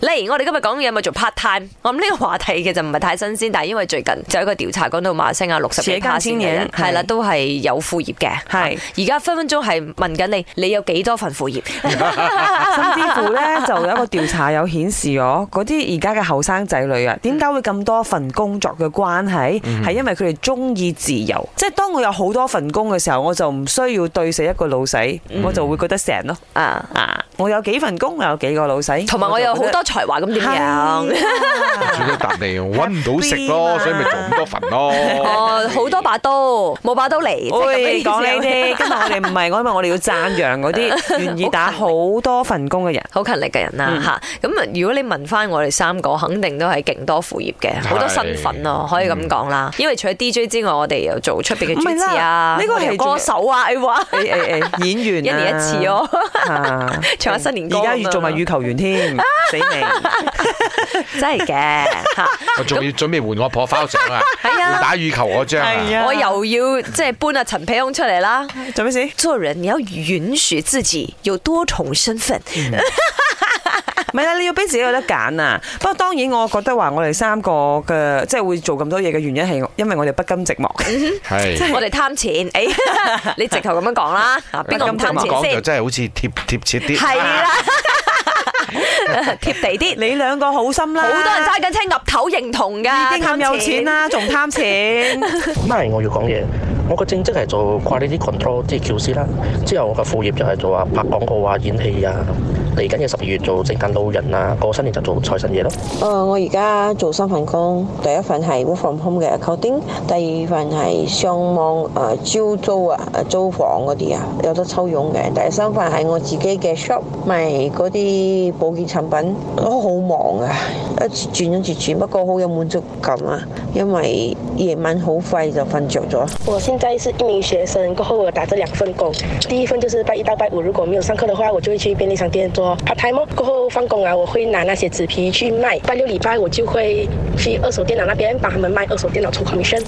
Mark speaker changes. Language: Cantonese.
Speaker 1: 嚟，我哋今日講嘢咪做 part time。我諗呢個話題嘅就唔係太新鮮，但係因為最近就有一個調查講到馬來西亞六十幾
Speaker 2: 社交
Speaker 1: percent
Speaker 2: 青
Speaker 1: 嘅
Speaker 2: 年
Speaker 1: 人係啦，
Speaker 2: 係
Speaker 1: 都係有副業嘅。
Speaker 2: 係
Speaker 1: 而家分分鐘係問緊你，你有幾多份 副業？
Speaker 2: 甚至乎咧，就有一個調查有顯示咗，嗰啲而家嘅後生仔女啊，點解會咁多份工作嘅關係？係因為佢哋中意自由，即係當我有好多份工嘅時候，我就唔需要對死一個老細，我就會覺得成咯。
Speaker 1: 啊，
Speaker 2: 啊，我有幾份工，我有幾個老細，
Speaker 1: 同埋我有好多才華，咁點樣？
Speaker 2: 樣。
Speaker 3: 主要答你揾唔到食
Speaker 2: Happy
Speaker 3: 咯，
Speaker 2: 嘛
Speaker 3: 所以咪做咁多份咯。
Speaker 1: 哦，好多把刀，冇把刀嚟。即係咁嘅
Speaker 2: 喂，
Speaker 1: 意思啊
Speaker 2: 講呢啲，今日我哋唔係我，因為我哋要讚揚嗰啲願意打好多份工嘅人。
Speaker 1: 好勤力嘅人啦
Speaker 2: 嗯
Speaker 1: 吓，咁啊、如果你問翻我哋三個，肯定都係勁多副業嘅，好多身份咯，可以咁講啦。因為除咗 DJ 之外，我哋又做出邊嘅主
Speaker 2: 嗯唔係
Speaker 1: 持啊
Speaker 2: 啦，呢個
Speaker 1: 我哋有
Speaker 2: 係
Speaker 1: 歌手啊，你 話
Speaker 2: 誒誒誒，演員
Speaker 1: 一年一次哦，
Speaker 2: 啊，
Speaker 1: 唱下新年歌咁
Speaker 2: 而
Speaker 1: 樣
Speaker 2: 家要做埋羽球 員添，死你！
Speaker 1: 真係嘅 吓，
Speaker 3: 我仲要準備換我破包獎啊！
Speaker 1: 係啊
Speaker 3: 要打羽球嗰張
Speaker 2: 係
Speaker 3: 啊！
Speaker 2: 啊
Speaker 1: 我又要即係搬阿陳皮翁出嚟啦。
Speaker 2: 做咩事？
Speaker 1: 做人你要允許自己有多重身份，
Speaker 2: 嗯唔係啦，你要俾自己有得揀啊！不過當然，我覺得話我哋三個嘅即係會做咁多嘢嘅原因係因為我哋不甘寂寞。
Speaker 3: 係
Speaker 1: 我哋貪錢。誒， 你直頭咁樣講 啦，啊邊個唔
Speaker 2: 咁
Speaker 1: 貪錢
Speaker 3: 講就
Speaker 1: 先？
Speaker 3: 真係好似貼貼切啲。
Speaker 1: 係啊啦， 貼地啲。
Speaker 2: 你兩個好心啦，
Speaker 1: 好多人 啊揸緊車岌頭認同㗎，
Speaker 2: 已經咁有錢啦，仲貪錢。
Speaker 4: 唔係我要講嘢，我個正職係做 quality control 即係 QC 啦，之後我嘅副業就係做啊拍廣告啊、演戲啊，嚟緊嘅十二月做聖誕老人啊，過新年就做財神爺咯。
Speaker 5: 誒、呃我而家做三份工，第一份係 work from home 嘅 accounting，第二份係上網誒、呃招租啊、呃租房嗰啲啊，有得抽佣嘅。第三份係我自己嘅 shop 賣嗰啲保健產品，都好忙啊，一直轉一直轉，不過好有滿足感啊，因為夜晚好快就瞓着咗。
Speaker 6: 我现在是一名学生，过后我打这两份工。第一份就是拜一到拜五，如果没有上课的话，我就会去便利商店做 part time 哦。过后放工啊，我会拿那些纸皮去卖。拜六礼拜我就会去二手电脑那边帮他们卖二手电脑出 commission。